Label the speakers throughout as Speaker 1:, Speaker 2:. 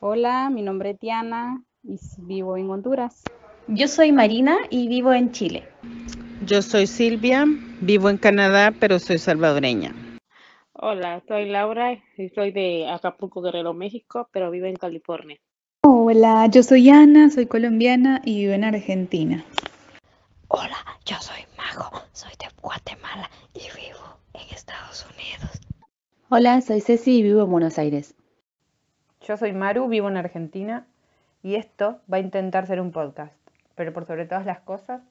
Speaker 1: Hola, mi nombre es Diana y s- vivo en Honduras.
Speaker 2: Yo soy Marina y vivo en Chile.
Speaker 3: Yo soy Silvia, vivo en Canadá, pero soy salvadoreña.
Speaker 4: Hola, soy Laura y soy de Acapulco, Guerrero, México, pero vivo en California.
Speaker 5: Hola, yo soy Ana, soy colombiana y vivo en Argentina.
Speaker 6: Hola, yo soy Mago, soy de Guatemala y vivo en Estados Unidos.
Speaker 7: Hola, soy Ceci y vivo en Buenos Aires.
Speaker 8: Yo soy Maru, vivo en Argentina y esto va a intentar ser un podcast, pero por sobre todas las cosas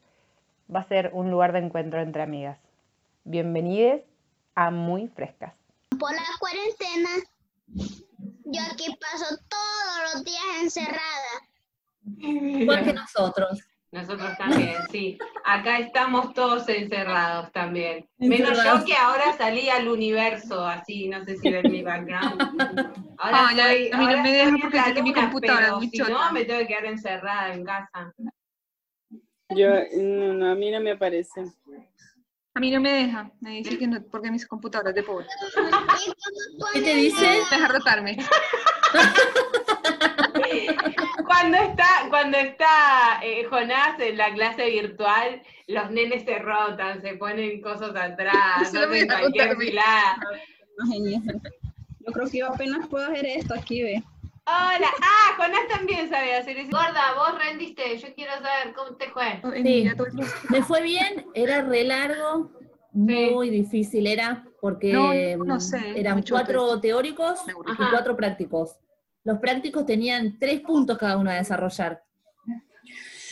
Speaker 8: va a ser un lugar de encuentro entre amigas. Bienvenides a Muy Frescas.
Speaker 9: Por la cuarentena, yo aquí paso todos los días encerrada.
Speaker 2: Igual que nosotros.
Speaker 10: Nosotros también, sí. Acá estamos todos encerrados también. Menos yo que ahora salí al universo, así, no sé si ven mi background. Ahora
Speaker 11: Ah, ya vi. A mí no me deja
Speaker 10: dejan
Speaker 11: porque saqué mi computadora, muy
Speaker 10: Si
Speaker 11: chota.
Speaker 10: no, me tengo que quedar encerrada en casa.
Speaker 12: Yo, no, no, a mí no me aparece.
Speaker 11: A mí no me deja, me dice que no, porque mis computadoras de pobre.
Speaker 9: ¿Qué
Speaker 11: te dice? Deja rotarme.
Speaker 10: Cuando está, cuando está eh, Jonás en la clase virtual, los nenes se rotan, se ponen cosas atrás,
Speaker 11: Solo me
Speaker 10: hacen
Speaker 11: deja
Speaker 10: cualquier
Speaker 11: rotarme.
Speaker 10: gilada.
Speaker 13: Yo creo que yo apenas puedo hacer esto aquí, ve.
Speaker 10: Hola, ah, Jonás también sabe hacer eso. Gorda, vos rendiste, yo quiero saber cómo te fue.
Speaker 11: Oh,
Speaker 14: Sí. Me fue bien, era re largo, muy difícil era, porque mm,
Speaker 11: No, yo no sé,
Speaker 14: eran
Speaker 11: mucho
Speaker 14: cuatro
Speaker 11: otro.
Speaker 14: teóricos
Speaker 15: Ah,
Speaker 14: y
Speaker 11: Ajá.
Speaker 14: cuatro prácticos. Los prácticos tenían tres puntos cada uno a desarrollar.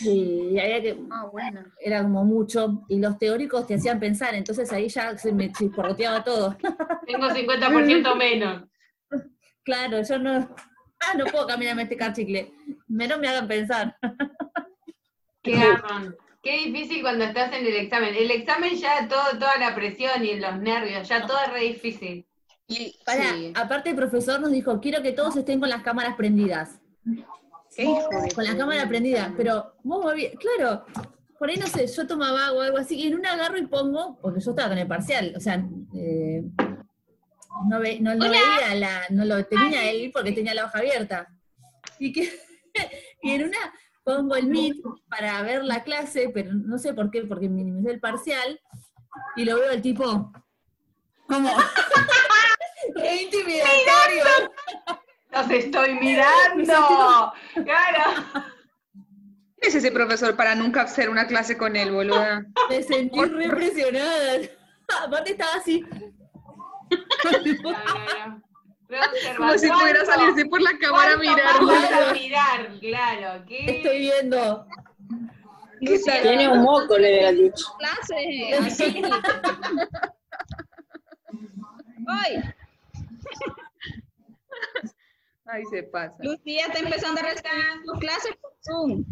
Speaker 14: Y había que,
Speaker 15: ah,
Speaker 14: era como mucho, y los teóricos te hacían pensar, entonces ahí ya se me chisporroteaba todo.
Speaker 10: Tengo 50% menos.
Speaker 14: Claro, yo no, ah, no puedo caminar, me este chicle, menos me hagan pensar.
Speaker 10: Qué garrón. Qué difícil cuando estás en el examen. El examen ya todo, toda la presión y los nervios, ya todo es re difícil.
Speaker 14: Pará, aparte el profesor nos dijo, quiero que todos estén con las cámaras prendidas. Con la cámara prendida, pero vos moví- claro, por ahí no sé, yo tomaba agua o algo así, y en un agarro y pongo, porque yo estaba con el parcial, o sea, eh, no, ve- no, no
Speaker 15: Hola.
Speaker 14: veía la, no lo tenía él porque tenía la hoja abierta. Y que y en una pongo el Meet para ver la clase, pero no sé por qué, porque minimicé el parcial, y lo veo el tipo, como re intimidatorio.
Speaker 10: ¡Los estoy mirando! ¡Claro!
Speaker 11: ¿Quién es ese profesor para nunca hacer una clase con él, boluda?
Speaker 15: Ah,
Speaker 14: Me sentí represionada. Aparte estaba así.
Speaker 11: Como si pudiera salirse por la cámara a mirar.
Speaker 10: a
Speaker 11: boluda.
Speaker 10: mirar, claro. ¿qué?
Speaker 14: Estoy
Speaker 10: Ah,
Speaker 14: viendo.
Speaker 11: ¿Qué tal?
Speaker 12: Tiene un moco, le hubiera dicho.
Speaker 14: Así.
Speaker 13: Hoy,
Speaker 11: Ay, se pasa.
Speaker 13: Lucía está empezando a recibir sus clases por Zoom.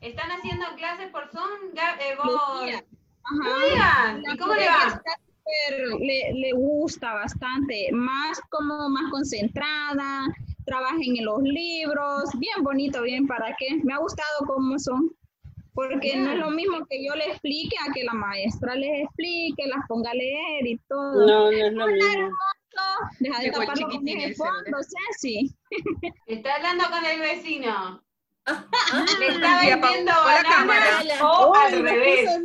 Speaker 10: ¿Están haciendo clases por Zoom? Gab- eh, vos.
Speaker 13: Lucía.
Speaker 10: No digas,
Speaker 13: La
Speaker 10: ¿Y cómo le
Speaker 13: colega
Speaker 10: va?
Speaker 13: está súper- Le, le gusta bastante, más como más concentrada, trabaja en los libros, bien bonito, bien para qué. Me ha gustado cómo son, porque no es lo mismo que yo le explique a que la maestra les explique, las ponga a leer y todo.
Speaker 12: No, no es lo
Speaker 13: Hola,
Speaker 12: mismo.
Speaker 13: hermoso. Deja de
Speaker 10: Llegó el
Speaker 13: taparlo con
Speaker 10: chiquitín
Speaker 13: el
Speaker 10: ese,
Speaker 13: fondo, Ceci.
Speaker 10: Está hablando con el vecino.
Speaker 14: Ah,
Speaker 10: Le está
Speaker 11: Y apagó
Speaker 10: vendiendo
Speaker 11: la
Speaker 10: bananas
Speaker 11: cámara.
Speaker 10: o
Speaker 11: Ay,
Speaker 10: al
Speaker 11: me
Speaker 10: revés.
Speaker 11: puso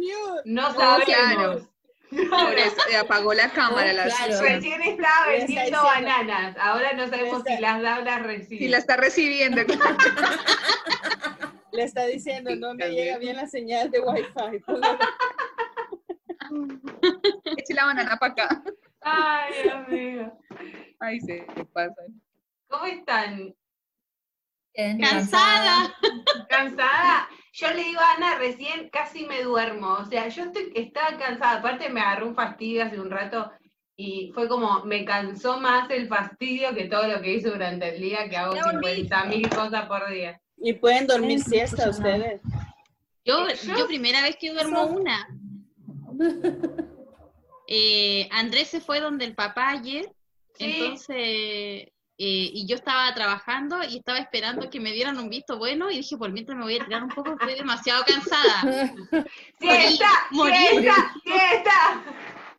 Speaker 10: No
Speaker 11: Ah,
Speaker 10: sabremos.
Speaker 11: claro. Por eso, eh, apagó la cámara.
Speaker 15: Oh,
Speaker 11: La
Speaker 10: Recién estaba vendiendo bananas. Ahora no sabemos si las da o las recibe.
Speaker 11: Y la está recibiendo.
Speaker 12: Le está diciendo, no me llega bien la señal de Wi-Fi. Póngame
Speaker 11: Eche la banana para acá.
Speaker 10: Ay, Dios mío.
Speaker 11: Ay, se pasan.
Speaker 10: ¿Cómo están?
Speaker 14: Cansada.
Speaker 10: ¿Cansada? Yo le digo a Ana, recién casi me duermo. O sea, yo estoy, estaba cansada. Aparte me agarró un fastidio hace un rato y fue como, me cansó más el fastidio que todo lo que hice durante el día, que hago 50 mil cosas por día.
Speaker 12: Y pueden dormir siesta ustedes.
Speaker 16: Yo, yo primera vez que duermo una. Eh, Andrés se fue donde el papá ayer, entonces, eh, y yo estaba trabajando y estaba esperando que me dieran un visto bueno y dije, por mientras me voy a tirar un poco, estoy demasiado cansada.
Speaker 10: ¡Siesta!
Speaker 16: Morí.
Speaker 10: ¡Siesta!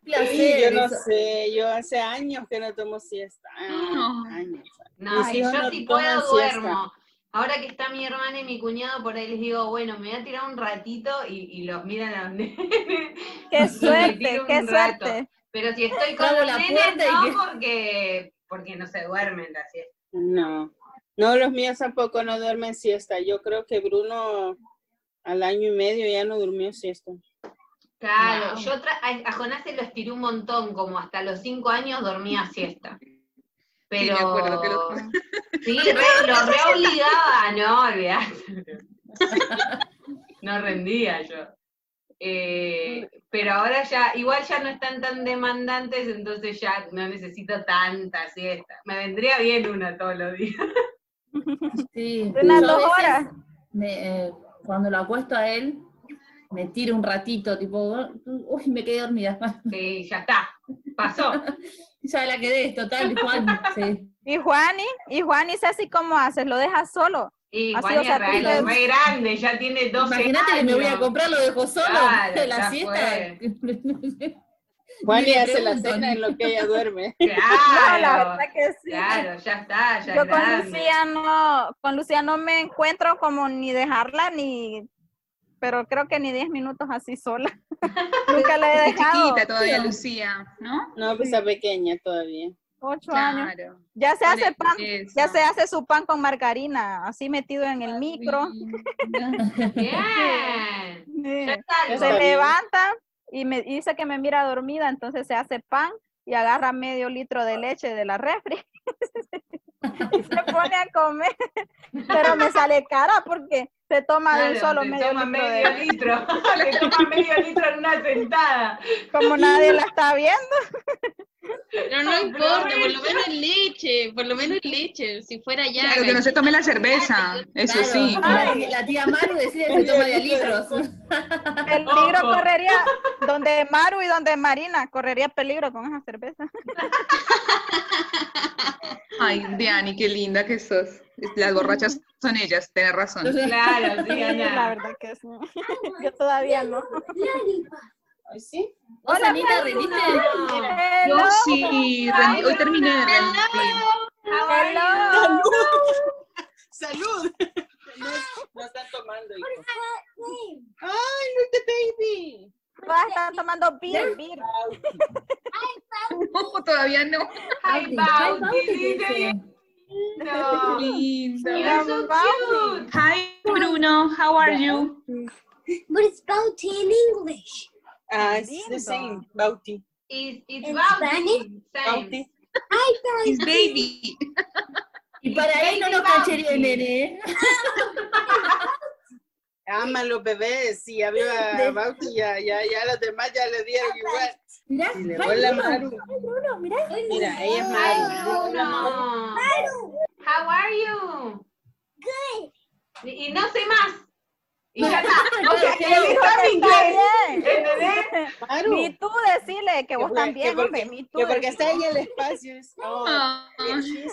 Speaker 10: ¡Siesta!
Speaker 12: Sí, yo no sé, yo hace años que no tomo siesta. Ah,
Speaker 10: No.
Speaker 12: Años.
Speaker 10: No,
Speaker 12: Ay,
Speaker 10: que
Speaker 12: yo
Speaker 10: yo
Speaker 12: no
Speaker 10: si
Speaker 12: tomo
Speaker 10: puedo
Speaker 12: siesta.
Speaker 10: duermo. Ahora que está mi hermana y mi cuñado por ahí, les digo, bueno, me voy a tirar un ratito y, y los miran a los nenes.
Speaker 15: ¡Qué
Speaker 10: Y me
Speaker 15: suerte,
Speaker 10: tiro un
Speaker 15: qué
Speaker 10: rato.
Speaker 15: suerte!
Speaker 10: Pero si estoy con
Speaker 15: Abro
Speaker 10: los
Speaker 15: la
Speaker 10: nenes,
Speaker 15: puerta y
Speaker 10: no,
Speaker 15: que-
Speaker 10: porque, porque no se duermen la siesta.
Speaker 12: No, no, los míos tampoco no duermen siesta. Yo creo que Bruno al año y medio ya no durmió siesta.
Speaker 10: Claro,
Speaker 12: Wow.
Speaker 10: yo tra- a, a Jonás se lo estiré un montón, como hasta los cinco años dormía siesta. Pero
Speaker 12: me acuerdo que lo-
Speaker 10: sí, re- lo reobligaba, no, olvidate. No rendía yo. Eh, pero ahora ya, igual ya no están tan demandantes, entonces ya no necesito tanta siesta. Me vendría bien una todos los días.
Speaker 14: Sí,
Speaker 10: De unas
Speaker 14: yo a
Speaker 10: dos
Speaker 14: veces
Speaker 10: horas.
Speaker 14: me, eh, cuando lo acuesto a él, me tiro un ratito, tipo, uy, me quedé dormida.
Speaker 10: Sí, ya está, pasó.
Speaker 14: ya la quedé, total, Juan. Sí.
Speaker 15: Y Juani, y Juani es así como haces, lo dejas solo.
Speaker 10: Y
Speaker 15: Así,
Speaker 10: Juan
Speaker 15: o sea,
Speaker 10: es re,
Speaker 15: tú le-
Speaker 10: re grande, ya tiene 12
Speaker 14: Imagínate que me voy a
Speaker 10: años.
Speaker 14: comprar, lo dejo solo,
Speaker 10: Claro,
Speaker 14: la
Speaker 10: ya
Speaker 14: siesta.
Speaker 12: Juan
Speaker 14: Ni
Speaker 12: y
Speaker 14: le
Speaker 12: hace la
Speaker 14: pregunto,
Speaker 12: cena en lo que ella duerme.
Speaker 10: Claro,
Speaker 15: No, la verdad que sí.
Speaker 10: Claro, ya está, ya
Speaker 15: Yo con
Speaker 10: grande.
Speaker 15: Lucía no, con Lucía no me encuentro como ni dejarla ni, pero creo que ni 10 minutos así sola. Nunca la he
Speaker 11: Es
Speaker 15: dejado.
Speaker 11: chiquita todavía Lucía, ¿no?
Speaker 12: No, pues está pequeña todavía.
Speaker 15: Ocho
Speaker 11: Claro.
Speaker 15: años. Ya se hace pan, ya se hace su pan con margarina, así metido en el micro.
Speaker 10: Bien.
Speaker 15: Sí.
Speaker 10: Ya está,
Speaker 15: Se
Speaker 10: ya.
Speaker 15: levanta y me dice que me mira dormida, entonces se hace pan y agarra medio litro de leche de la refri y se pone a comer, pero me sale cara porque se toma de un
Speaker 10: Claro,
Speaker 15: solo
Speaker 10: se
Speaker 15: medio
Speaker 10: toma
Speaker 15: litro, de
Speaker 10: medio
Speaker 15: leche,
Speaker 10: litro. Se toma medio litro en una sentada.
Speaker 15: como nadie la está viendo.
Speaker 16: Pero no importa, por lo menos es leche, por lo menos es leche. Si fuera ya.
Speaker 11: Claro, que no se tome la cerveza, eso
Speaker 16: Claro.
Speaker 11: sí.
Speaker 16: Ay,
Speaker 14: La tía Maru decide que se toma de a litros.
Speaker 15: El peligro correría donde Maru y donde Marina, correría peligro con esa cerveza.
Speaker 11: Ay, Diani, qué linda que sos. Las borrachas son ellas, tenés razón.
Speaker 10: Claro, sí, Ana.
Speaker 15: La verdad que sí. Yo todavía no.
Speaker 12: ¿Sí?
Speaker 14: ¿Vos,
Speaker 15: Hola,
Speaker 14: Anita,
Speaker 15: Fernanda.
Speaker 14: rendiste?
Speaker 11: Yo
Speaker 15: Hello.
Speaker 11: sí, rendí- hoy terminé de rendir.
Speaker 15: Hello.
Speaker 12: Salud. No, no están tomando. hijo. Ay, no the baby.
Speaker 15: Todas están tomando beer, beer.
Speaker 11: No, todavía no.
Speaker 10: Ay, Bauti, dice bien.
Speaker 11: Qué lindo.
Speaker 10: You're so cute.
Speaker 11: Hi, Bruno. How are you?
Speaker 17: But it's Bauti in English.
Speaker 12: Ah, it's the same, Bauti.
Speaker 10: It's, it's
Speaker 17: In
Speaker 10: Bauti.
Speaker 12: Bauti.
Speaker 17: Hi, guys.
Speaker 12: It's baby.
Speaker 14: Y para él no nos cachería el nene. ¿eh?
Speaker 12: Aman los bebés, sí, ya vio a Bauti, ya, ya, ya los demás ya le dieron igual.
Speaker 14: Mirá,
Speaker 12: Y le
Speaker 14: ay,
Speaker 12: huele a
Speaker 14: Bruno,
Speaker 12: Maru.
Speaker 14: ay, Bruno, mirá.
Speaker 12: Mira, ella es
Speaker 10: Ay,
Speaker 12: Maru.
Speaker 10: Bruno. How are you? Good. Y, y no sé más. Y ya está. O sea, que
Speaker 15: Él
Speaker 10: él
Speaker 15: dijo
Speaker 10: está
Speaker 15: que
Speaker 10: en
Speaker 15: está
Speaker 10: inglés. ¿Entendés?
Speaker 15: bien.
Speaker 12: Maru.
Speaker 15: Ni tú decirle que vos
Speaker 12: por-
Speaker 15: también,
Speaker 12: que porque-
Speaker 15: hombre, ni tú
Speaker 12: que porque
Speaker 15: decirle.
Speaker 12: está en el espacio. es- oh,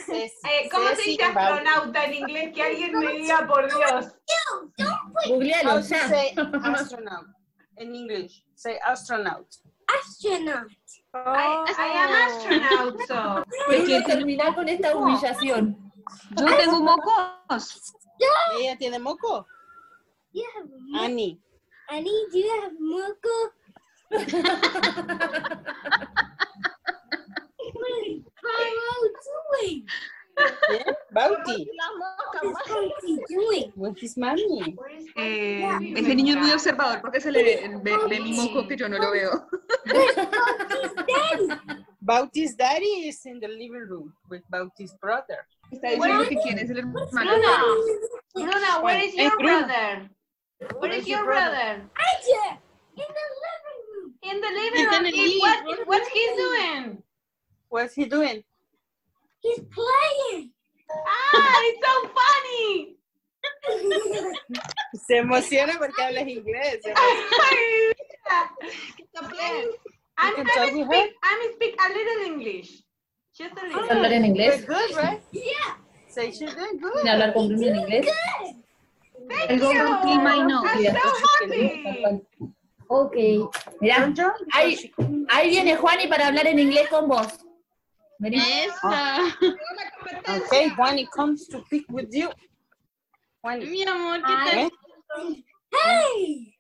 Speaker 12: Ceci,
Speaker 10: Eh, ¿Cómo se
Speaker 12: Ceci
Speaker 10: dice
Speaker 12: Bauti.
Speaker 10: astronauta en inglés? Que alguien me diga, por Dios.
Speaker 12: How to say astronaut in English? Say astronaut.
Speaker 17: Astronaut.
Speaker 10: I, I am astronaut, so.
Speaker 14: Bruno, terminá con esta humillación.
Speaker 11: Yo tengo mocos.
Speaker 12: ¿Ella tiene moco?
Speaker 17: You have mo-
Speaker 12: Annie.
Speaker 17: Annie, do you have Moco? Wait, how are you doing?
Speaker 12: ¿Eh? Bauti.
Speaker 17: What are you doing?
Speaker 12: What is mommy?
Speaker 11: Eh, ese niño es muy observador porque se le ve, ve mi moco que yo no lo veo.
Speaker 12: Bauti's daddy is in the living room with Bauti's brother.
Speaker 11: Está diciendo que quién es el hermano.
Speaker 10: Bruna, where is
Speaker 12: Hey,
Speaker 10: your
Speaker 12: Bruna.
Speaker 10: brother? Where is your brother? In the living
Speaker 17: He's
Speaker 10: room.
Speaker 17: in
Speaker 10: In the
Speaker 17: the
Speaker 10: living room.
Speaker 17: living
Speaker 10: What,
Speaker 17: room.
Speaker 10: what's he doing?
Speaker 12: What's he doing?
Speaker 17: He's playing.
Speaker 10: Ah, it's so funny.
Speaker 12: Se emociona porque hablas inglés.
Speaker 10: I'm,
Speaker 12: can
Speaker 10: I'm,
Speaker 12: tell you
Speaker 10: speak, I'm speak a little English. Just a little.
Speaker 14: Hablar en inglés.
Speaker 12: You're good, right?
Speaker 17: Yeah.
Speaker 12: Say she's doing good.
Speaker 14: Sin hablar con Bruno en inglés.
Speaker 10: Thank
Speaker 14: El
Speaker 10: you.
Speaker 14: gordo clima y no.
Speaker 10: I'm so happy.
Speaker 14: Ok. Mirá, ahí, ahí viene Juani para hablar en inglés con vos.
Speaker 10: Ah.
Speaker 12: Okay, when it comes to pick with you. Ah, ¿eh? When
Speaker 16: Mi amor, ¿qué
Speaker 12: Ay.
Speaker 16: tal?
Speaker 17: ¡Hey!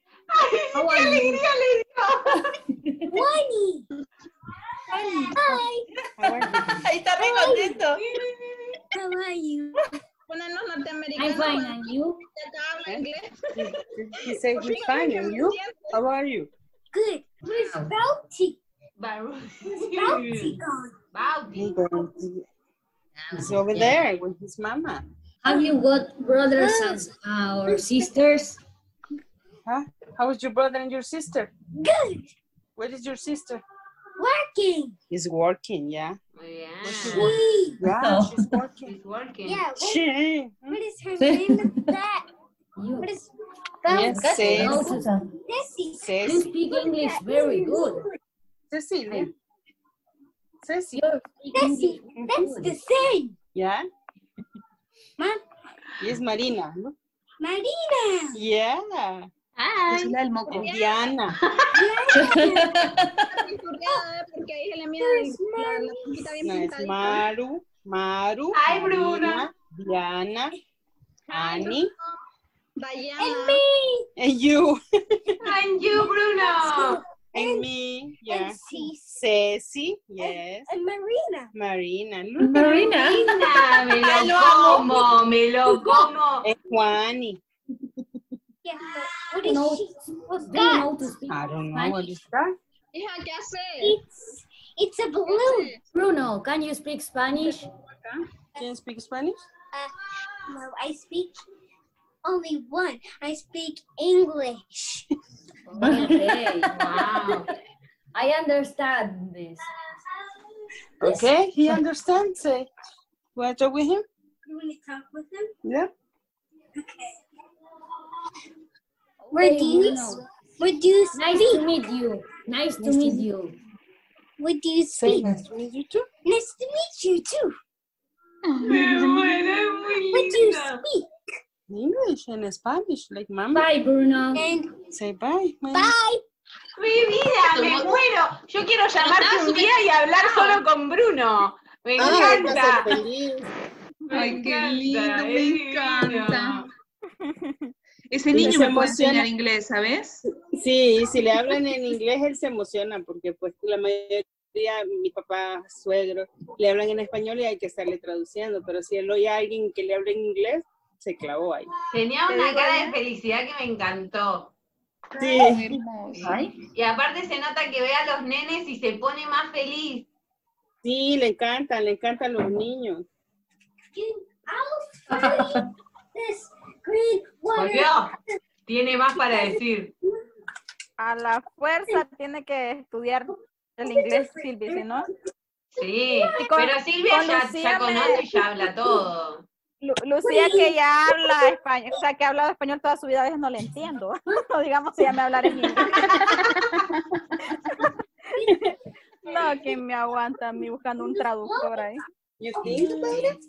Speaker 16: How are you?
Speaker 17: ¡Wani! ¡Hi!
Speaker 14: Ahí está re contento.
Speaker 17: How are you?
Speaker 13: Ponernos
Speaker 12: I'm
Speaker 13: norteamericanos.
Speaker 12: fine, and you?
Speaker 13: Ya que habla inglés.
Speaker 12: he said he's fine, and you? How are you?
Speaker 17: Good. Where's Bouty? Bouty gone?
Speaker 12: He's over there with his mama.
Speaker 18: Have you got brothers
Speaker 14: Ah.
Speaker 18: and, uh, or sisters?
Speaker 12: Huh? How is your brother and your sister?
Speaker 17: Good.
Speaker 12: Where is your sister?
Speaker 17: Working.
Speaker 12: He's working, yeah.
Speaker 17: She.
Speaker 12: Yeah, she's
Speaker 10: working. working.
Speaker 17: Yeah. What,
Speaker 12: She.
Speaker 17: what is her name of that? What is
Speaker 12: Yes, Ceci.
Speaker 17: Ceci.
Speaker 12: Ceci. You
Speaker 18: speak English very good.
Speaker 12: Cecilia. Ceci.
Speaker 17: Ceci. That's the same.
Speaker 12: Yeah?
Speaker 17: Mom.
Speaker 12: Yes, Marina. no?
Speaker 17: Marina.
Speaker 12: Yeah.
Speaker 16: Ah,
Speaker 17: Hi.
Speaker 12: Diana.
Speaker 13: ¿eh? Porque ahí se le mira la, la boquita bien
Speaker 12: No, es
Speaker 13: pintadita.
Speaker 12: Maru, Maru,
Speaker 13: Ay, Bruno.
Speaker 12: Marina, Diana, Ani,
Speaker 13: Diana.
Speaker 12: and you.
Speaker 10: And you, Bruno.
Speaker 12: And me, yeah.
Speaker 17: and Ceci.
Speaker 12: Ceci, yes.
Speaker 17: And Marina.
Speaker 12: Marina.
Speaker 17: Marina. Marina, me lo
Speaker 12: Ay,
Speaker 10: como, me lo como.
Speaker 12: Es Juani.
Speaker 17: Yeah. but What is
Speaker 12: No.
Speaker 17: she? What's
Speaker 12: They
Speaker 17: that?
Speaker 12: know to speak I don't know what is that.
Speaker 17: Hija, ¿qué hace? It's, it's a balloon.
Speaker 18: Bruno, can you speak Spanish?
Speaker 12: Can you speak Spanish?
Speaker 17: No, I speak only one. I speak English.
Speaker 18: Okay. wow. I understand this.
Speaker 12: Okay, he understands it. Want to talk with him?
Speaker 17: You want to talk with him?
Speaker 12: Yeah.
Speaker 17: Where do you,
Speaker 18: Bruno.
Speaker 17: where do you
Speaker 18: Nice
Speaker 17: speak?
Speaker 18: to meet you. Nice to
Speaker 17: Nice to
Speaker 18: meet
Speaker 17: meet
Speaker 18: you.
Speaker 17: Where do you speak?
Speaker 12: Nice to meet you too.
Speaker 17: Nice to meet you too.
Speaker 12: What
Speaker 17: What do you speak?
Speaker 12: English and Spanish, like mama.
Speaker 18: Bye, Bruno.
Speaker 12: Say bye. Mama.
Speaker 17: Bye.
Speaker 10: Mi vida, me muero. Yo quiero llamarte un día y hablar solo con Bruno. Me
Speaker 12: Ay,
Speaker 10: encanta.
Speaker 12: vas a ser feliz.
Speaker 10: Me
Speaker 11: Ay, qué
Speaker 10: encanta,
Speaker 11: lindo, me
Speaker 10: es divino.
Speaker 11: encanta. Ese
Speaker 12: Sí,
Speaker 11: niño
Speaker 12: se
Speaker 11: me puede
Speaker 12: emociona.
Speaker 11: enseñar inglés, ¿sabes?
Speaker 12: Sí, y si le hablan en inglés, él se emociona porque pues la mayoría, mi papá, suegro, le hablan en español y hay que estarle traduciendo, pero si él oye a alguien que le hable en inglés, se clavó ahí.
Speaker 10: Tenía
Speaker 12: Te
Speaker 10: una
Speaker 12: digo, ¿eh?
Speaker 10: cara
Speaker 12: ya.
Speaker 10: de felicidad que me encantó.
Speaker 12: Sí.
Speaker 10: Y- Y aparte se nota que ve a los nenes y se pone más feliz.
Speaker 12: Sí, le encantan, le encantan los niños.
Speaker 17: This green water.
Speaker 10: Volvió. Tiene más para decir.
Speaker 15: A la fuerza tiene que estudiar el inglés, Silvi, si no.
Speaker 10: Sí,
Speaker 15: Y con-
Speaker 10: pero Silvia
Speaker 15: con
Speaker 10: ya,
Speaker 15: Lucía
Speaker 10: ya
Speaker 15: me-
Speaker 10: conoce y ya habla todo.
Speaker 15: Lu- Lucía que ya habla español, o sea, que ha hablado español toda su vida, a veces no le entiendo. No digamos si ya me hablar en inglés. No, que me aguanta a mí buscando un traductor ahí.
Speaker 12: You think about it?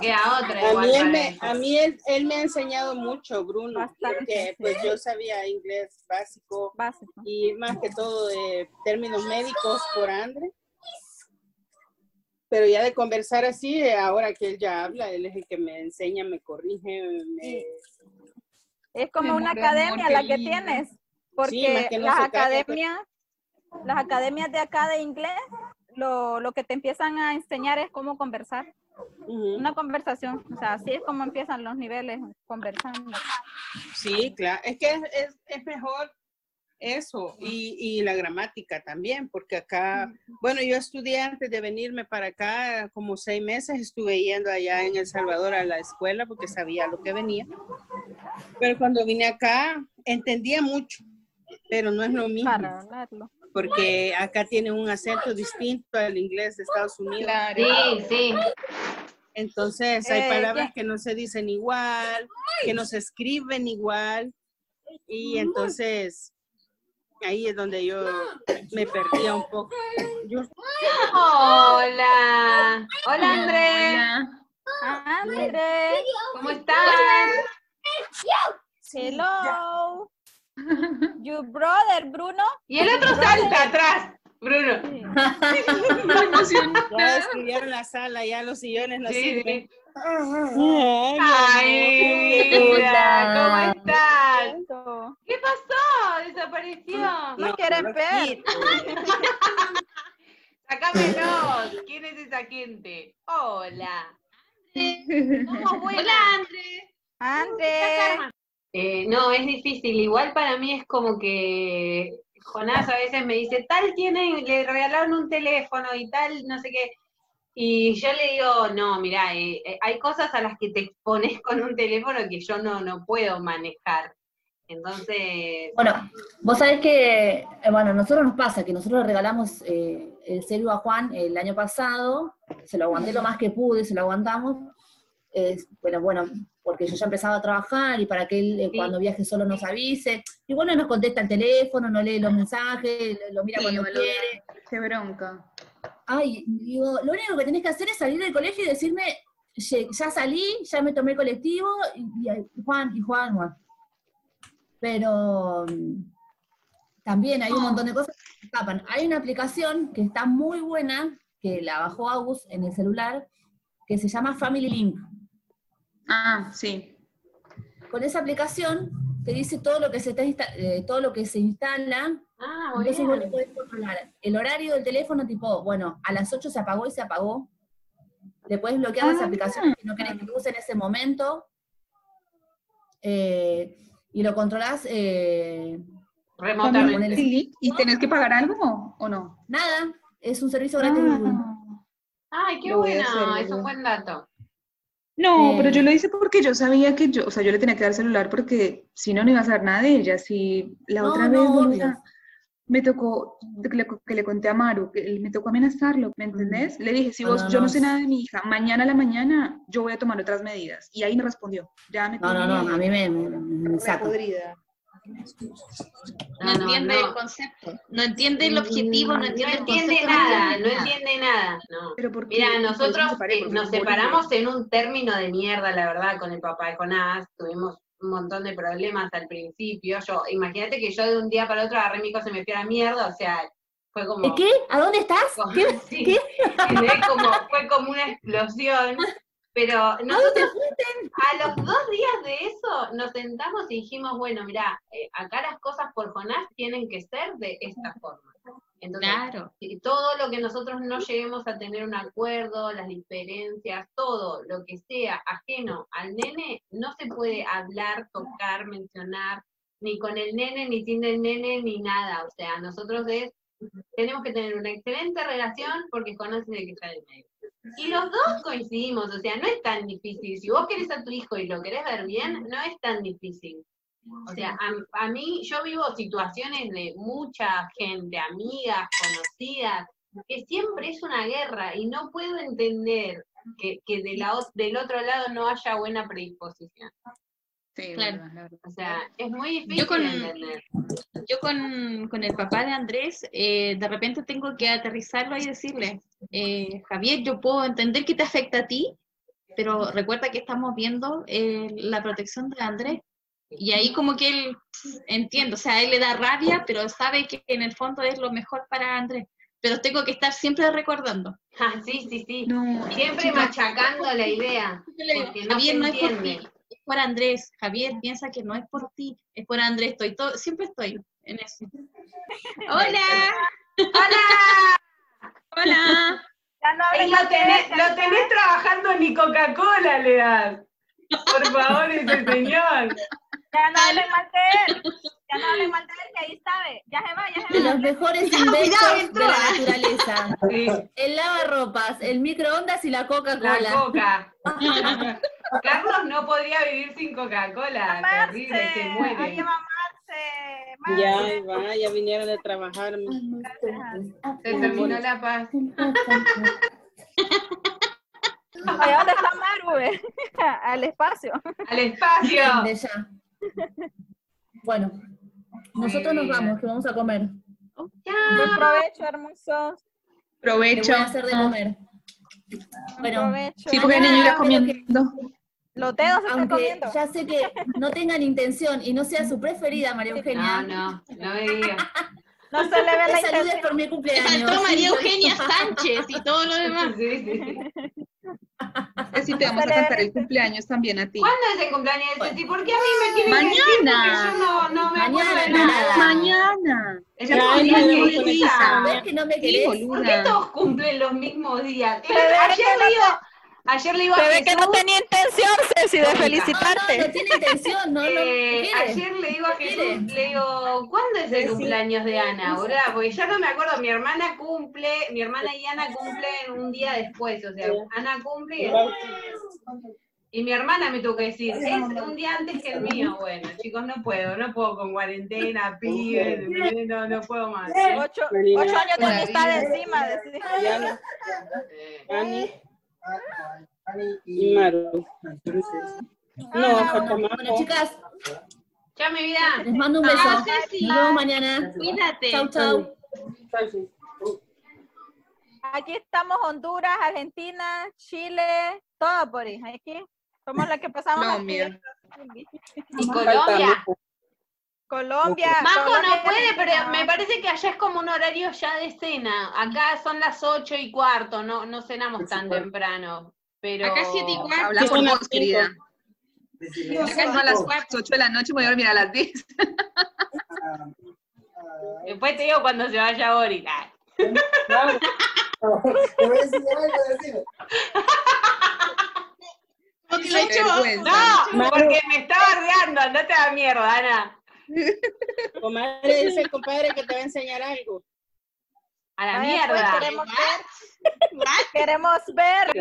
Speaker 10: Queda otra
Speaker 12: A
Speaker 10: igual
Speaker 12: mí, él
Speaker 10: para
Speaker 12: me,
Speaker 10: eso.
Speaker 12: a mí él, él me ha enseñado mucho, Bruno, porque pues yo sabía inglés básico, y más que todo de términos médicos por Andre. Pero ya de conversar así, eh, ahora que él ya habla, él es el que me enseña, me corrige, me...
Speaker 15: Es como una
Speaker 12: Memoria, amor,
Speaker 15: academia
Speaker 12: qué
Speaker 15: la que
Speaker 12: lindo.
Speaker 15: tienes,
Speaker 12: Sí, más
Speaker 15: porque
Speaker 12: que no
Speaker 15: las
Speaker 12: se calla,
Speaker 15: academias, las academias de acá de inglés, lo, lo que te empiezan a enseñar es cómo conversar, una conversación, o sea, así es como empiezan los niveles, conversando.
Speaker 12: Sí, claro, es que es, es- es mejor eso y, y la gramática también, porque acá, bueno, yo estudié antes de venirme para acá, como seis meses estuve yendo allá en El Salvador a la escuela porque sabía lo que venía, pero cuando vine acá entendía mucho, pero no es lo mismo.
Speaker 15: Para hablarlo.
Speaker 12: porque acá tiene un acento distinto al inglés de Estados Unidos.
Speaker 10: Sí, sí.
Speaker 12: Entonces
Speaker 10: Eh,
Speaker 12: hay palabras que no se dicen igual, que no se escriben igual, y entonces ahí es donde yo me perdía un poco. Yo-
Speaker 10: Hola. Hola, André.
Speaker 15: André.
Speaker 10: ¿Cómo estás?
Speaker 15: Hello. Your brother, Bruno.
Speaker 10: Y el otro salta atrás, Bruno.
Speaker 12: Ya destruyeron la sala, ya los sillones no sirven.
Speaker 10: Ay, mira, ¿cómo estás? ¿Qué pasó? Desapareció.
Speaker 9: No No, quieren no lo ver.
Speaker 10: Sacámenos. ¿Quién es esa gente? Hola.
Speaker 16: Hola, André.
Speaker 10: André. Eh, no, es difícil. Igual para mí es como que Jonás a veces me dice, tal tiene, le regalaron un teléfono y tal, no sé qué. Y yo le digo, no, mira, hay cosas a las que te expones con un teléfono que yo no, no puedo manejar. Entonces,
Speaker 14: Bueno, vos sabés que, eh, bueno, a nosotros nos pasa que nosotros le regalamos eh, el celu a Juan el año pasado, se lo aguanté lo más que pude, se lo aguantamos, eh, pero bueno, porque yo ya empezaba a trabajar y para que él eh, cuando viaje solo nos avise, y bueno, nos contesta el teléfono, no lee los mensajes, lo- lo mira
Speaker 11: Sí,
Speaker 14: cuando
Speaker 11: boluda,
Speaker 14: quiere.
Speaker 11: Qué bronca.
Speaker 14: Ay, digo, lo único que tenés que hacer es salir del colegio y decirme, "Ye- ya salí, ya me tomé el colectivo, y, y Juan, y Juan, Juan. Pero mm, también hay un montón de cosas que se escapan. Hay una aplicación que está muy buena, que la bajó Agus en el celular, que se llama Family Link.
Speaker 11: Ah, sí.
Speaker 14: Con esa aplicación te dice todo lo que se, está insta- eh, todo lo que se instala
Speaker 10: Ah,
Speaker 14: entonces vos le podés controlar el horario del teléfono, tipo, bueno, a las 8 se apagó y se apagó. Le podés bloquear las aplicaciones que no querés que use en ese momento. Eh, y lo controlás eh,
Speaker 11: Remotamente. Sí, ¿Y tenés que pagar algo o no?
Speaker 14: nada. Es un servicio
Speaker 12: Ah.
Speaker 14: gratis. de
Speaker 11: Ah.
Speaker 14: Google.
Speaker 10: ay, qué
Speaker 11: Lo voy a
Speaker 10: buena,
Speaker 11: hacer,
Speaker 10: es un
Speaker 11: boluda.
Speaker 10: buen dato.
Speaker 11: No,
Speaker 14: Eh.
Speaker 11: pero yo lo hice porque yo sabía que yo, o sea, yo le tenía que dar celular porque si no, no iba a saber nada de ella. Si la
Speaker 14: No,
Speaker 11: otra vez
Speaker 14: no,
Speaker 11: boluda,
Speaker 14: obvio.
Speaker 11: me tocó, que le, que le conté a Maru, que él- me tocó amenazarlo, ¿me entendés? Le dije, si
Speaker 14: Mm. No,
Speaker 11: vos,
Speaker 14: no,
Speaker 11: yo no
Speaker 14: no.
Speaker 11: sé nada de mi hija, mañana a la mañana yo voy a tomar otras medidas. Y ahí me respondió, ya me
Speaker 14: No, no, no, a mí me, me, me- me saca.
Speaker 16: No,
Speaker 10: No, no,
Speaker 16: entiende
Speaker 10: no.
Speaker 16: el concepto, no entiende el objetivo, no entiende, el
Speaker 10: entiende
Speaker 16: concepto,
Speaker 10: nada, no entiende nada. No. Mira, nosotros eh, nos separamos en un término de mierda, la verdad, con el papá de Jonás. Tuvimos un montón de problemas al principio. Yo, imagínate que yo de un día para otro agarré mi cosa y me fui a la mierda, o sea, fue como.
Speaker 14: ¿Qué? ¿A dónde estás? ¿Qué?
Speaker 10: Sí,
Speaker 14: ¿Qué?
Speaker 10: ¿entendés? Como- fue como una explosión. Pero nosotros a los dos días de eso nos sentamos y dijimos, bueno, mira, acá las cosas por Jonás tienen que ser de esta forma. Entonces,
Speaker 16: Claro.
Speaker 10: y todo lo que nosotros no lleguemos a tener un acuerdo, las diferencias, todo lo que sea ajeno al nene, no se puede hablar, tocar, mencionar, ni con el nene, ni sin el nene, ni nada. O sea, nosotros es, tenemos que tener una excelente relación porque conoce de que está en el medio. Y los dos coincidimos, o sea, no es tan difícil. Si vos querés a tu hijo y lo querés ver bien, no es tan difícil. O sea, a, a mí yo vivo situaciones de mucha gente, amigas, conocidas, que siempre es una guerra y no puedo entender que, que de la, o- del otro lado no haya buena predisposición.
Speaker 16: Claro.
Speaker 10: O sea, es muy difícil
Speaker 16: Yo con-
Speaker 10: entender.
Speaker 16: Yo con, con el papá de Andrés, eh, de repente tengo que aterrizarlo y decirle, eh, Javier, yo puedo entender que te afecta a ti, pero recuerda que estamos viendo eh, la protección de Andrés. Y ahí como que él pss, entiende, o sea, a él le da rabia, pero sabe que en el fondo es lo mejor para Andrés. Pero tengo que estar siempre recordando.
Speaker 10: Ah, sí, sí, sí. Siempre
Speaker 16: Chicas,
Speaker 10: machacando la idea.
Speaker 16: yo le digo,
Speaker 10: porque no
Speaker 16: Javier,
Speaker 10: se
Speaker 16: no es por ti,
Speaker 10: entiende.
Speaker 16: es por Andrés. Javier piensa que no es por ti, es por Andrés. Estoy todo, siempre estoy en eso. ¡Hola!
Speaker 10: ¡Hola!
Speaker 16: ¡Hola!
Speaker 10: Ey, lo, tenés, lo tenés trabajando ni Coca-Cola le das. Por favor, ese señor.
Speaker 13: Ya no hables mal de él. Ya no hables mal de él, que ahí sabe. Ya se va, ya se
Speaker 14: De
Speaker 13: va.
Speaker 14: los mejores
Speaker 13: Cuidado, cuidado,
Speaker 14: inventos de
Speaker 13: entró.
Speaker 14: la naturaleza.
Speaker 10: Sí.
Speaker 14: El lavarropas, el microondas y la Coca-Cola.
Speaker 10: La coca. Carlos no podía vivir sin Coca-Cola. Terrible, se muere.
Speaker 12: Ya, va, ya vinieron a trabajar.
Speaker 10: Se terminó la paz.
Speaker 13: Oye, ¿dónde está Maru? eh? Al espacio.
Speaker 10: Al espacio.
Speaker 14: De ya. Bueno, nosotros nos vamos, que vamos a comer.
Speaker 13: Buen provecho, hermosos.
Speaker 14: Te voy a hacer de comer. Bueno,
Speaker 13: provecho.
Speaker 11: Sí, porque el niño irá comiendo.
Speaker 13: Los dedos se están
Speaker 14: Aunque
Speaker 13: comiendo.
Speaker 14: Ya sé que no tengan intención y no sea su preferida, María Eugenia.
Speaker 10: No, no, no me digas.
Speaker 15: No se le ve la
Speaker 16: Te saludes
Speaker 15: intención.
Speaker 16: por mi cumpleaños. Me faltó María Eugenia Sánchez y todo lo demás.
Speaker 11: Así te vamos a cantar el cumpleaños también a ti.
Speaker 10: ¿Cuándo es el cumpleaños de Titi? ¿Por qué a mí me tienen que decir?
Speaker 11: Mañana.
Speaker 10: Porque yo no, no me acuerdo de
Speaker 11: Mañana.
Speaker 10: nada.
Speaker 11: Mañana.
Speaker 10: Ella cumplía
Speaker 11: Ay,
Speaker 10: el
Speaker 11: no,
Speaker 10: mismo
Speaker 11: Elisa.
Speaker 10: día.
Speaker 11: ¿Ves que no me
Speaker 10: Sí,
Speaker 11: querés?
Speaker 10: ¿Por qué todos cumplen los mismos días?
Speaker 15: Se ve que
Speaker 10: ayer
Speaker 15: no
Speaker 10: le
Speaker 15: te-
Speaker 10: iba... Ayer le iba
Speaker 15: Se
Speaker 10: a
Speaker 15: ve que no
Speaker 10: Jesús-
Speaker 15: tenía intención, Ceci, de
Speaker 10: Oiga.
Speaker 15: felicitarte.
Speaker 10: No, no, no tiene intención, no, no
Speaker 15: Eh,
Speaker 10: quiere. ayer le digo a Jesús, le digo, ¿cuándo es el
Speaker 15: Sí.
Speaker 10: cumpleaños de Ana, verdad? Porque ya no me acuerdo, mi hermana cumple, mi hermana y Ana cumplen un día después, o sea, Ana cumple y después- y mi hermana me tuvo que decir, es un día antes que el mío, bueno, chicos, no puedo, no puedo con cuarentena, pibes, no, no puedo más.
Speaker 15: Ocho, ocho años de amistad encima.
Speaker 10: Ya.
Speaker 15: decía.
Speaker 12: Ani y Maru. Entonces, no, Jacamaco.
Speaker 14: Bueno, chicas,
Speaker 10: ya mi vida.
Speaker 14: les mando un beso.
Speaker 16: Chao,
Speaker 14: Nos
Speaker 16: Ceci.
Speaker 14: vemos mañana.
Speaker 16: Cuídate.
Speaker 14: Chau, chau.
Speaker 15: Aquí estamos Honduras, Argentina, Chile, todas por ahí. Aquí somos las que pasamos
Speaker 10: No,
Speaker 15: las
Speaker 10: mira.
Speaker 15: fiestas.
Speaker 10: Y Colombia.
Speaker 15: Colombia.
Speaker 10: Majo no
Speaker 15: Colombia,
Speaker 10: puede, pero
Speaker 15: no.
Speaker 10: me parece que allá es como un horario ya de cena. Acá son las ocho y cuarto, no, no cenamos tan temprano. Pero
Speaker 16: Acá siete y cuarto.
Speaker 11: Habla por vos, querida.
Speaker 16: Yo
Speaker 11: Acá son
Speaker 16: soy
Speaker 11: a las
Speaker 16: vos.
Speaker 11: 8 de la noche, me voy a dormir a las 10.
Speaker 10: Después te digo cuando se vaya Ori. Ah.
Speaker 16: No, te lo he hecho.
Speaker 10: No, porque me está bardeando, andate a la mierda, Ana.
Speaker 12: Comadre, dice el compadre que te va a enseñar algo.
Speaker 10: A la
Speaker 15: Ay,
Speaker 10: mierda.
Speaker 15: pues, Queremos ver. queremos ver.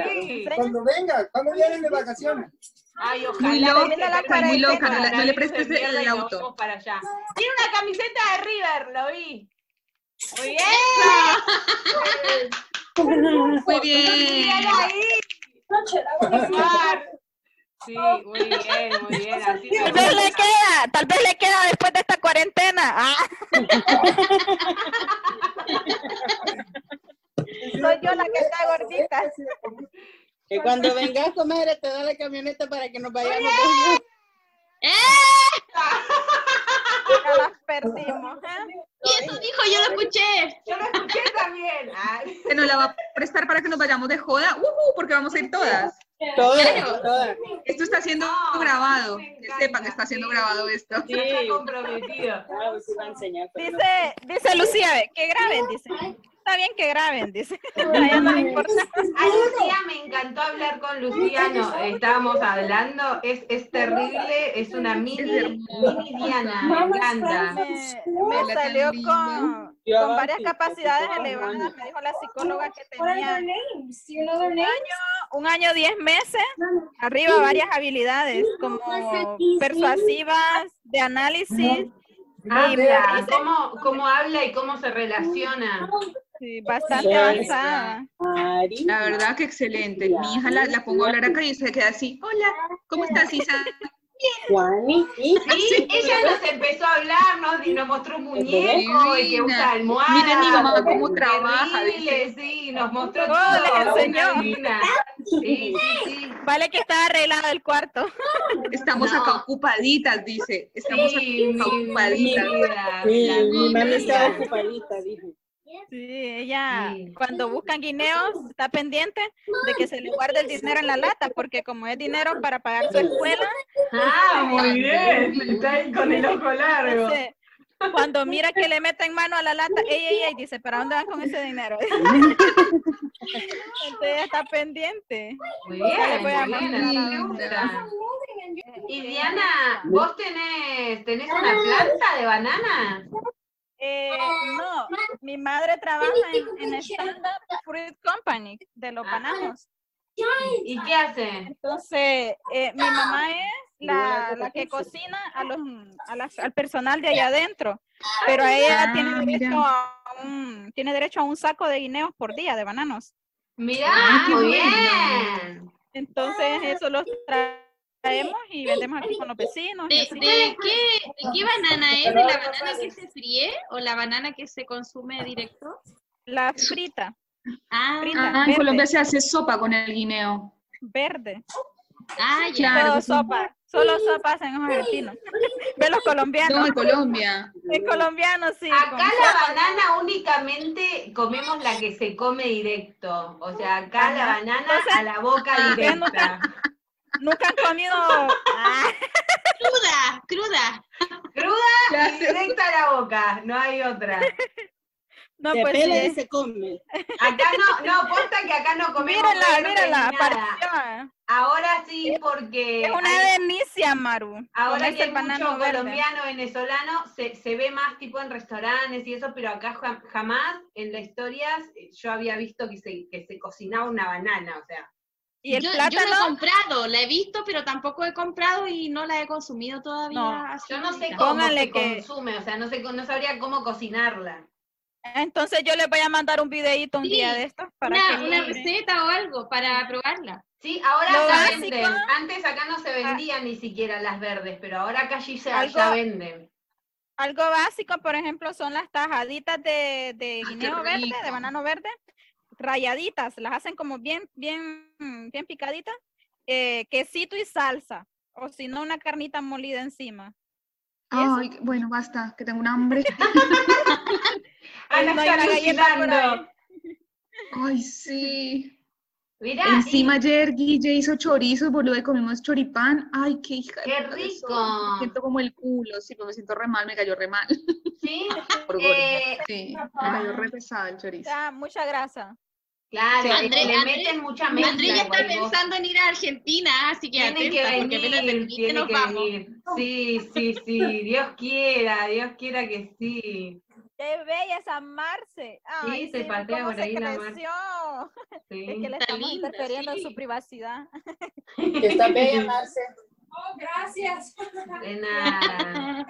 Speaker 19: Cuando venga, cuando vienen de vacaciones.
Speaker 10: Ay, ojalá.
Speaker 11: Muy loca,
Speaker 10: Termina
Speaker 11: está muy
Speaker 10: cuarentena,
Speaker 11: loca, no le- no le prestes
Speaker 10: de mierda
Speaker 11: el
Speaker 10: y nos
Speaker 11: auto.
Speaker 10: vamos para allá. Tiene una camiseta de River, lo vi. Muy bien.
Speaker 11: Muy
Speaker 10: Muy bien
Speaker 11: bien.
Speaker 10: ahí. Sí, muy bien, muy bien. Así
Speaker 15: Tal vez le queda, tal vez le queda después de esta cuarentena. Ah. Soy yo la que está gordita.
Speaker 12: Que cuando vengas, comadre, te da la camioneta para que nos vayamos.
Speaker 15: Ya las perdimos. ¿eh?
Speaker 16: Y eso dijo, yo lo escuché.
Speaker 10: Yo lo escuché también. Ay.
Speaker 11: Que nos la va a prestar para que nos vayamos de joda. ¡Ujú! Porque vamos a ir todas.
Speaker 12: Todas,
Speaker 11: Claro.
Speaker 12: todas.
Speaker 11: Esto está siendo grabado. Que sepan que está siendo grabado esto.
Speaker 12: Sí. Está
Speaker 10: comprometido.
Speaker 12: Ah, sí va a enseñar. pero no.
Speaker 15: Dice, dice Lucía, ve, que graben, dice. Está bien que graben, dice. A ella no le importa.
Speaker 10: A Lucía me encantó hablar con Luciano. Estábamos hablando, es, es terrible, es una mini, mini Diana, me encanta.
Speaker 15: Me salió con,
Speaker 10: Yo
Speaker 15: con
Speaker 10: avanzo,
Speaker 15: varias
Speaker 10: porque
Speaker 15: capacidades
Speaker 10: estaba
Speaker 15: elevadas,
Speaker 10: hablando.
Speaker 15: me dijo la psicóloga que
Speaker 17: What are
Speaker 15: tenía
Speaker 17: their names? Do you know their
Speaker 15: un
Speaker 17: names?
Speaker 15: año, un año diez meses, arriba varias habilidades como persuasivas, de análisis,
Speaker 10: Habla, cómo, cómo habla y cómo se relaciona.
Speaker 15: sí, bastante
Speaker 10: Ya,
Speaker 15: avanzada.
Speaker 11: La verdad que excelente. Mi hija la, la pongo a hablar acá y se queda así. Hola, ¿cómo estás, Isa?
Speaker 10: Sí, ella nos empezó a hablar, nos, nos mostró un muñeco y que usa almohadas.
Speaker 11: Miren mi mamá cómo
Speaker 10: Terrible,
Speaker 11: trabaja, dice.
Speaker 10: Sí, nos mostró
Speaker 15: Todo les
Speaker 10: todo.
Speaker 15: enseñó.
Speaker 10: una divina. Sí, sí, sí.
Speaker 15: Vale que está arreglado el cuarto.
Speaker 11: Estamos acá ocupaditas, dice. Estamos
Speaker 10: Sí,
Speaker 11: acá
Speaker 10: mi
Speaker 11: ocupaditas.
Speaker 10: vida,
Speaker 12: Sí,
Speaker 10: la
Speaker 12: mi mami
Speaker 10: vida.
Speaker 12: estaba ocupadita, dijo.
Speaker 15: Sí, ella cuando buscan guineos está pendiente de que se le guarde el dinero en la lata, porque como es dinero para pagar su escuela.
Speaker 10: Ah, muy bien. Está ahí con el ojo largo.
Speaker 15: Entonces, Cuando mira que le meten mano a la lata, ella dice, ¿para dónde van con ese dinero? Entonces ella está pendiente.
Speaker 10: Muy
Speaker 15: Ya le
Speaker 10: bien,
Speaker 15: voy a
Speaker 10: muy bien,
Speaker 15: mandar
Speaker 10: así
Speaker 15: a
Speaker 10: me
Speaker 15: la-
Speaker 10: gusta. Y Diana, ¿vos tenés, tenés una planta de banana?
Speaker 15: Eh,
Speaker 17: Oh,
Speaker 15: no, mi madre trabaja en, en Standard Fruit Company de los bananos.
Speaker 10: ¿Y qué hace?
Speaker 15: Entonces, eh, mi mamá es la, la que cocina a los, a las- al personal de allá adentro, pero ella
Speaker 11: Ah,
Speaker 15: tiene,
Speaker 11: mira.
Speaker 15: derecho a un, tiene derecho a un saco de guineos por día de bananos.
Speaker 10: Mirá,
Speaker 15: Ah, qué
Speaker 10: muy
Speaker 15: bueno.
Speaker 10: bien.
Speaker 15: Entonces, eso los traemos y vendemos aquí con los vecinos. y
Speaker 16: ¿De,
Speaker 15: así.
Speaker 16: de qué, de qué banana es? ¿De la banana que se fríe o la banana que se consume directo?
Speaker 15: La frita.
Speaker 16: Ah,
Speaker 11: Ah, en Colombia se hace sopa con el guineo.
Speaker 15: verde.
Speaker 16: Ah, ya.
Speaker 11: Claro,
Speaker 15: Pero
Speaker 11: que sí.
Speaker 15: sopa, Solo eso pasa en los argentinos. Ve los colombianos.
Speaker 10: No, en Colombia.
Speaker 15: En colombianos, sí.
Speaker 10: Acá
Speaker 15: con
Speaker 10: la
Speaker 15: sopa.
Speaker 10: banana únicamente comemos la que se come directo. O sea, acá la
Speaker 15: Ajá.
Speaker 10: banana
Speaker 15: Entonces,
Speaker 10: a la boca
Speaker 15: ah,
Speaker 10: directa.
Speaker 15: Nunca han comido. Ah,
Speaker 10: Cruda, cruda. Cruda y directa a la boca, no hay otra.
Speaker 15: No, Se pues pela sí. y se
Speaker 10: come. Acá no, no, apuesta que acá no comemos.
Speaker 15: Mírala,
Speaker 10: carne ni
Speaker 15: mírala,
Speaker 10: nada. Ahora sí, porque.
Speaker 15: Es una
Speaker 10: hay-
Speaker 15: delicia, Maru.
Speaker 10: Ahora
Speaker 15: comerse
Speaker 10: que hay
Speaker 15: el banano
Speaker 10: mucho
Speaker 15: verde.
Speaker 10: colombiano, venezolano, se, se ve más tipo en restaurantes y eso, pero acá jam- jamás en las historias eh, yo había visto que se, que se cocinaba una banana, o sea.
Speaker 16: yo, Yo la he comprado, la he visto, pero tampoco he comprado y no la he consumido todavía.
Speaker 10: No,
Speaker 16: así
Speaker 10: yo no sé
Speaker 16: ahorita.
Speaker 10: cómo se consume, o sea, no, sé, co- no sabría cómo cocinarla.
Speaker 15: Entonces yo les voy a mandar un videíto un día de estos para
Speaker 16: una,
Speaker 15: que
Speaker 16: una
Speaker 15: miren.
Speaker 16: receta o algo para probarla.
Speaker 10: Sí, ahora
Speaker 15: Lo
Speaker 10: acá
Speaker 15: básico-
Speaker 10: venden. Antes acá no se vendían ni siquiera las verdes, pero ahora acá sí se-
Speaker 15: Algo-
Speaker 10: ya venden.
Speaker 15: Algo básico, por ejemplo, son las tajaditas de, de guineo verde, de banano verde, rayaditas, las hacen como bien, bien, mm, bien picaditas, eh, quesito y salsa, o si no, una carnita molida encima.
Speaker 11: Ay, bueno, basta, que tengo un hambre.
Speaker 10: Ah,
Speaker 15: Ana No hay está una galleta por alucinando.
Speaker 11: Ay, sí.
Speaker 10: Mira,
Speaker 11: Encima ayer Guille hizo chorizo, boludo, y comimos choripán. Ay, qué hija. de
Speaker 10: ¡Qué
Speaker 11: puta que soy.
Speaker 10: rico!
Speaker 11: Me siento como el culo, sí, pero me siento re mal, me cayó re mal.
Speaker 10: ¿Sí?
Speaker 11: Por gorda.
Speaker 10: Eh,
Speaker 11: sí, me cayó re pesado el chorizo.
Speaker 15: Ya, Ah, mucha grasa.
Speaker 10: Claro,
Speaker 16: Sí. André-
Speaker 10: le
Speaker 16: André-
Speaker 10: meten mucha mezcla.
Speaker 16: André ya está
Speaker 10: igual vos.
Speaker 16: pensando en ir a Argentina, así que
Speaker 10: Tiene que
Speaker 16: atenta, porque apenas
Speaker 10: venir,
Speaker 16: termine
Speaker 10: tiene
Speaker 16: nos
Speaker 10: que
Speaker 16: vamos.
Speaker 10: venir. Sí, sí, sí, Dios quiera, Dios quiera que sí.
Speaker 15: ¡Qué bella esa Marce! Ay,
Speaker 10: se
Speaker 15: sí,
Speaker 10: pasea
Speaker 15: cómo
Speaker 10: por
Speaker 15: se
Speaker 10: ahí la Marce.
Speaker 15: creció.
Speaker 10: Sí.
Speaker 15: Es que le
Speaker 10: Está
Speaker 15: estamos
Speaker 10: linda,
Speaker 15: interfiriendo en su privacidad.
Speaker 10: Está bella,
Speaker 15: Marce.
Speaker 18: Oh, gracias.
Speaker 10: De nada.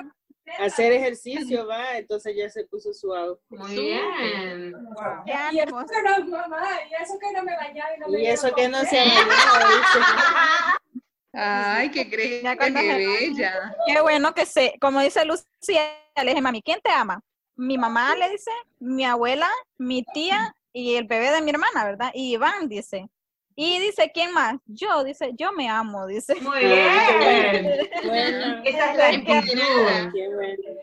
Speaker 12: Hacer ejercicio, va, entonces ya se puso su outfit.
Speaker 10: Muy bien.
Speaker 18: Y eso que no, mamá, y eso que no me bañaba y no me
Speaker 12: Y eso
Speaker 18: dio
Speaker 12: que no se ha
Speaker 18: con-
Speaker 12: bañado, dice.
Speaker 11: Ay, qué grecia, qué bella.
Speaker 15: Qué bueno que se, como dice Lucía, le dije, mami, ¿quién te ama? Mi mamá le dice, mi abuela, mi tía y el bebé de mi hermana, ¿verdad? Y Iván dice. Y dice, ¿quién más? Yo, dice, yo me amo, dice.
Speaker 10: Muy bien. Esa es la actitud. Ah,
Speaker 12: Qué bueno.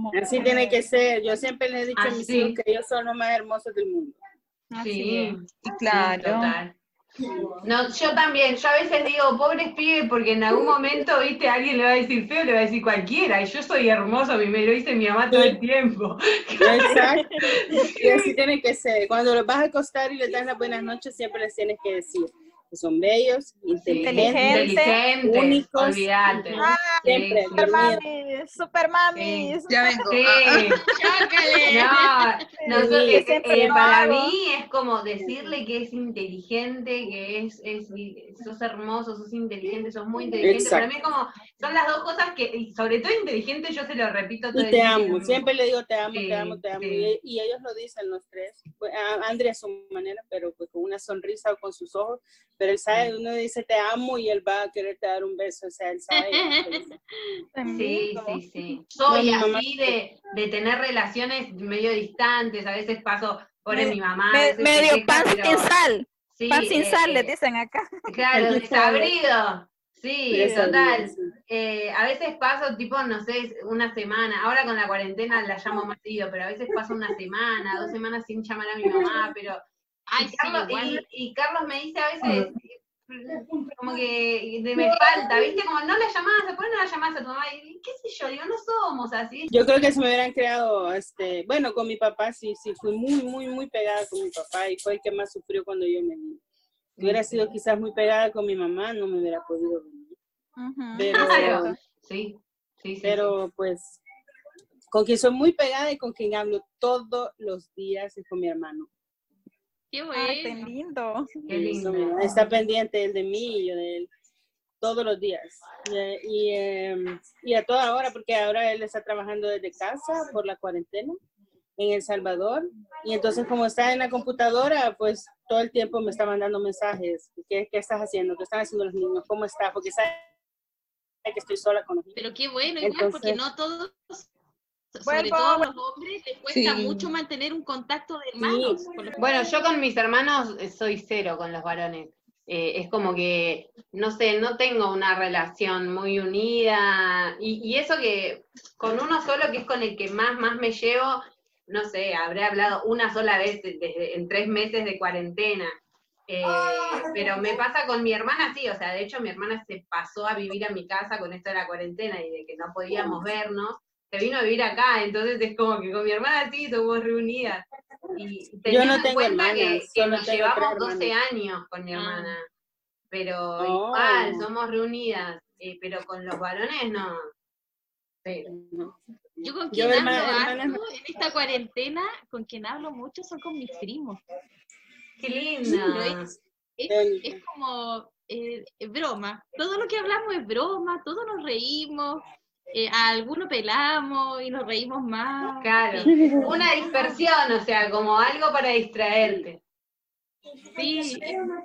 Speaker 15: Wow,
Speaker 12: Así tiene que ser. Yo siempre le he dicho a mis
Speaker 10: Así.
Speaker 12: hijos que ellos son los más hermosos del mundo.
Speaker 10: Sí,
Speaker 11: sí,
Speaker 10: claro. total. No, yo también, yo a veces digo, pobres pibes, porque en algún momento, viste, alguien le va a decir feo, le va a decir cualquiera, y yo soy hermoso, y me lo dice mi mamá todo el tiempo.
Speaker 12: Exacto. Y así tiene que ser. Cuando los vas a acostar y les das las buenas noches, siempre les tienes que decir que son bellos, inteligentes,
Speaker 10: Inteligentes,
Speaker 12: únicos.
Speaker 10: olvídate.
Speaker 12: Siempre,
Speaker 10: Sí, sí.
Speaker 15: Super
Speaker 12: dormido.
Speaker 15: mami, super mami.
Speaker 11: Ya vengo.
Speaker 10: Sí. No, no,
Speaker 12: Sí.
Speaker 10: eh, eh,
Speaker 12: Siempre lo
Speaker 10: para
Speaker 12: hago.
Speaker 10: mí es como decirle que es inteligente, que es, es sos hermoso, sos inteligente, sos muy inteligente. Para mí es como, son las dos cosas que, y sobre todo inteligente, yo se lo repito todo
Speaker 12: Y
Speaker 10: el
Speaker 12: te
Speaker 10: día.
Speaker 12: amo, siempre le digo te amo,
Speaker 10: Sí,
Speaker 12: te amo, te amo. Y, y ellos lo dicen los tres. Pues, a- Andrea a su manera, pero pues con una sonrisa o con sus ojos. Pero él sabe, uno dice te amo y él va a quererte dar un beso. O sea, él sabe.
Speaker 10: Sí, sí, sí. Soy
Speaker 12: No, mi mamá-
Speaker 10: así de, de tener relaciones medio distantes, a veces paso por
Speaker 15: Me-
Speaker 10: mi mamá. a
Speaker 15: me-
Speaker 10: veces
Speaker 15: medio
Speaker 10: se queja,
Speaker 15: pan
Speaker 10: pero-
Speaker 15: sin sal,
Speaker 10: Sí,
Speaker 15: pan sin
Speaker 10: eh,
Speaker 15: sal,
Speaker 10: eh,
Speaker 15: les dicen acá.
Speaker 10: Claro, desabrido. Sí,
Speaker 15: Desabrido,
Speaker 10: total.
Speaker 15: sí.
Speaker 10: Eh, a veces paso, tipo, no sé, una semana. Ahora con la cuarentena la llamo más seguido, pero a veces paso una semana, dos semanas sin llamar a mi mamá, pero... y, Carlos,
Speaker 16: igual.
Speaker 10: y- y Carlos me dice a veces, como que de- me falta, ¿viste? Como, no la llamás, ¿por qué no la llamás a tu mamá? Y, qué sé yo, digo, no somos así.
Speaker 12: Yo creo que se me hubieran creado, este, bueno, con mi papá sí, sí, fui muy, muy, muy pegada con mi papá y fue el que más sufrió cuando yo me vine. Si hubiera sido quizás muy pegada con mi mamá, no me hubiera podido venir. Pero,
Speaker 10: Claro, sí, sí, sí.
Speaker 12: pero pues, con quien soy muy pegada y con quien hablo todos los días es con mi hermano.
Speaker 16: Qué
Speaker 11: Ah,
Speaker 15: Ay, qué lindo.
Speaker 10: Qué lindo.
Speaker 12: Está pendiente él de mí y yo de él todos los días. Eh, Y, eh, y a toda hora, porque ahora él está trabajando desde casa por la cuarentena en El Salvador. Y entonces como está en la computadora, pues todo el tiempo me está mandando mensajes. ¿Qué, qué estás haciendo? ¿Qué están haciendo los niños? ¿Cómo está? Porque sabe que estoy sola con los niños.
Speaker 16: Pero qué bueno, igual, porque
Speaker 12: Entonces-
Speaker 16: no todos, sobre
Speaker 10: Vuelvo.
Speaker 16: todo a los hombres, les cuesta
Speaker 10: Sí.
Speaker 16: mucho mantener un contacto de hermanos. por lo-
Speaker 10: Bueno, yo con mis hermanos eh, soy cero con los varones. eh, es como que, no sé, no tengo una relación muy unida. Y, y eso que con uno solo, que es con el que más, más me llevo, no sé, habré hablado una sola vez de- de- en tres meses de cuarentena. Eh,
Speaker 12: Ah.
Speaker 10: pero me pasa con mi hermana, sí, o sea, de hecho mi hermana se pasó a vivir a mi casa con esto de la cuarentena y de que no podíamos vernos, se vino a vivir acá, entonces es como que con mi hermana sí, somos reunidas. Y teniendo
Speaker 12: no
Speaker 10: en
Speaker 12: tengo
Speaker 10: cuenta
Speaker 12: hermanas,
Speaker 10: que, que
Speaker 12: solo
Speaker 10: nos
Speaker 12: tengo tres
Speaker 10: llevamos 12
Speaker 12: hermanas.
Speaker 10: años con mi
Speaker 12: Ah.
Speaker 10: hermana, pero
Speaker 12: Oh.
Speaker 10: igual, somos reunidas, eh, pero con los varones no. Sí.
Speaker 16: Yo con
Speaker 10: Yo,
Speaker 16: quien hablo
Speaker 10: hermana- hermana-
Speaker 16: harto en esta cuarentena, con quien hablo mucho son con mis primos.
Speaker 10: Qué linda.
Speaker 16: Pero Es, es- es como eh, es broma. Todo lo que hablamos es broma, todos nos reímos, eh, a algunos pelamos y nos reímos más.
Speaker 10: Claro,
Speaker 16: Sí.
Speaker 10: una dispersión, o sea, como algo para distraerte.
Speaker 16: Sí,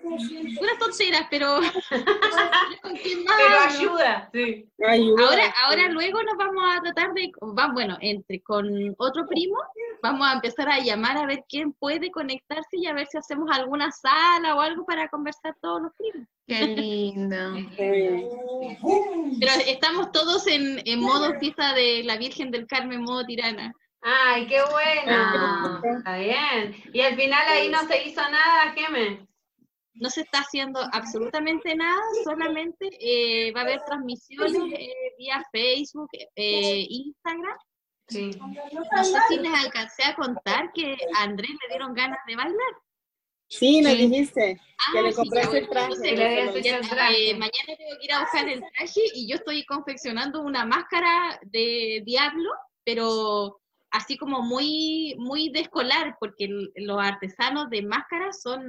Speaker 16: unas tonteras, pero ¿con quién más
Speaker 10: Pero
Speaker 16: hablo?
Speaker 10: ayuda, sí.
Speaker 16: Ahora, ahora luego nos vamos a tratar de, va- bueno, entre con otro primo, vamos a empezar a llamar a ver quién puede conectarse y a ver si hacemos alguna sala o algo para conversar todos los primos.
Speaker 11: Qué lindo.
Speaker 16: Pero estamos todos en, en modo fiesta de la Virgen del Carmen, modo tirana.
Speaker 10: Ay, qué bueno. Está bien. Y al final ahí no se hizo nada, Geme.
Speaker 16: No se está haciendo absolutamente nada, solamente eh, va a haber transmisiones eh, vía Facebook, eh, Instagram. No sé si les alcancé a contar que a Andrés le dieron ganas de bailar.
Speaker 12: Sí, me dijiste que
Speaker 16: Ah,
Speaker 12: le
Speaker 16: sí,
Speaker 12: compraste
Speaker 16: ya,
Speaker 12: el traje.
Speaker 16: entonces,
Speaker 12: le habías
Speaker 16: ya,
Speaker 12: hecho el
Speaker 16: eh,
Speaker 12: traje.
Speaker 16: mañana tengo que ir a buscar el traje y yo estoy confeccionando una máscara de diablo, pero así como muy, muy de escolar, porque el- los artesanos de máscaras son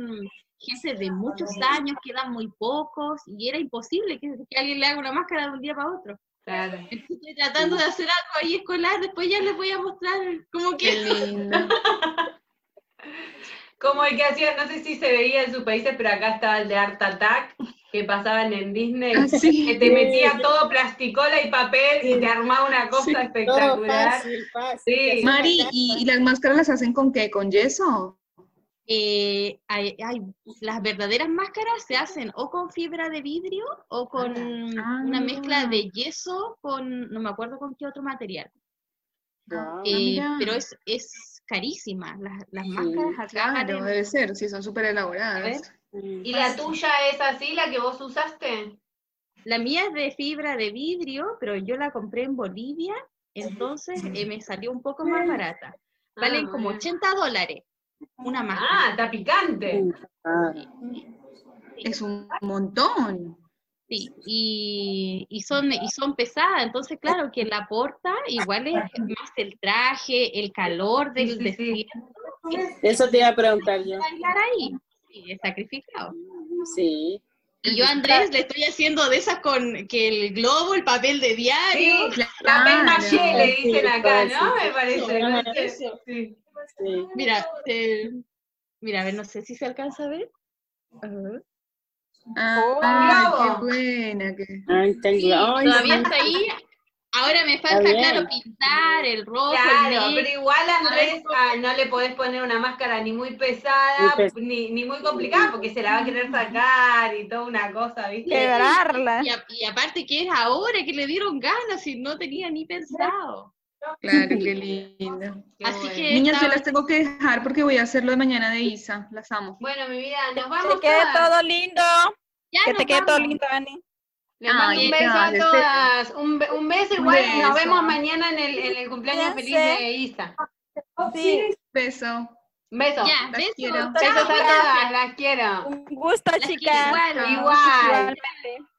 Speaker 16: gente de muchos años, quedan muy pocos, y era imposible que, que alguien le haga una máscara de un día para otro.
Speaker 10: Claro.
Speaker 16: Entonces estoy tratando de hacer algo ahí escolar, después ya les voy a mostrar cómo que...
Speaker 10: Como el que hacía, no sé si se veía en sus países, pero acá estaba el de Art Attack, que pasaban en Disney,
Speaker 12: Ah, sí.
Speaker 10: que te metía
Speaker 12: Sí.
Speaker 10: todo plasticola y papel y te armaba una cosa
Speaker 11: Sí, todo
Speaker 10: espectacular.
Speaker 12: fácil, fácil.
Speaker 10: Sí.
Speaker 11: Mari, ¿y, y las máscaras las hacen con qué? ¿Con yeso?
Speaker 16: eh, hay- hay- las verdaderas máscaras se hacen o con fibra de vidrio o con
Speaker 11: Ah,
Speaker 16: una mezcla de yeso con, no me acuerdo con qué otro material. Eh,
Speaker 11: Ah, mira.
Speaker 16: pero es, es carísima, las, las máscaras acá
Speaker 11: Claro,
Speaker 16: valen-
Speaker 11: debe ser, si son súper
Speaker 16: a ver.
Speaker 11: elaboradas.
Speaker 10: ¿Y la tuya es así, la que vos usaste?
Speaker 16: La mía es de fibra de vidrio, pero yo la compré en Bolivia, entonces eh, me salió un poco más barata. Valen
Speaker 10: Ah,
Speaker 16: como
Speaker 10: bien.
Speaker 16: 80 dólares una máscara.
Speaker 10: Ah, está picante.
Speaker 11: Es un montón.
Speaker 16: Sí, y, y son, y son pesadas, entonces claro, que la porta igual es más el traje, el calor del desierto,
Speaker 12: Eso te iba a preguntar yo.
Speaker 16: bailar ahí, sí, es sacrificado.
Speaker 12: Sí.
Speaker 16: Y yo a Andrés le estoy haciendo de esas con que el globo, el papel de diario,
Speaker 10: Sí, papel maché le dicen acá, ¿no? Me parece.
Speaker 16: Eso,
Speaker 10: ¿no? Este, Sí.
Speaker 16: eso. Mira, eh, mira, a ver, no sé si se alcanza a ver. Ajá. Oh,
Speaker 11: Ah, qué buena. que-
Speaker 16: Sí, todavía está ahí. Ahora me falta,
Speaker 11: bien.
Speaker 16: claro, pintar el rojo, el
Speaker 10: Claro,
Speaker 16: negro.
Speaker 10: pero igual Andrés ah, no le podés poner una máscara ni muy pesada,
Speaker 16: Muy pes-
Speaker 10: ni, ni muy complicada, porque se la va a querer sacar y toda una cosa, ¿viste?
Speaker 16: Y, a- y aparte que es ahora que le dieron ganas y no tenía ni pensado.
Speaker 11: Claro, qué lindo.
Speaker 16: Así que
Speaker 11: Niñas, yo
Speaker 16: estaba-
Speaker 11: las tengo que dejar porque voy a hacer lo de mañana de Isa. Las amo.
Speaker 10: Bueno, mi vida, nos
Speaker 15: Que
Speaker 10: vamos.
Speaker 15: quede
Speaker 10: todas.
Speaker 15: todo lindo.
Speaker 16: Ya
Speaker 15: que te
Speaker 16: nos
Speaker 15: quede todo
Speaker 16: vamos.
Speaker 15: lindo, Ani.
Speaker 10: Les mando
Speaker 15: Ay,
Speaker 10: un beso a
Speaker 15: gracias.
Speaker 10: todas. Un, be- un beso
Speaker 15: Un
Speaker 10: igual.
Speaker 15: beso.
Speaker 10: Nos vemos mañana en el, en el cumpleaños feliz
Speaker 15: Cuídense.
Speaker 10: de Isa.
Speaker 15: Sí.
Speaker 11: Beso.
Speaker 10: Beso.
Speaker 15: Ya,
Speaker 10: Las
Speaker 15: besos.
Speaker 10: quiero.
Speaker 15: Chao,
Speaker 10: Besos a
Speaker 15: gracias.
Speaker 10: todas. Las quiero.
Speaker 15: Un gusto,
Speaker 16: Las quiero
Speaker 15: chicas.
Speaker 16: igual.
Speaker 10: Igual.
Speaker 15: Igualmente.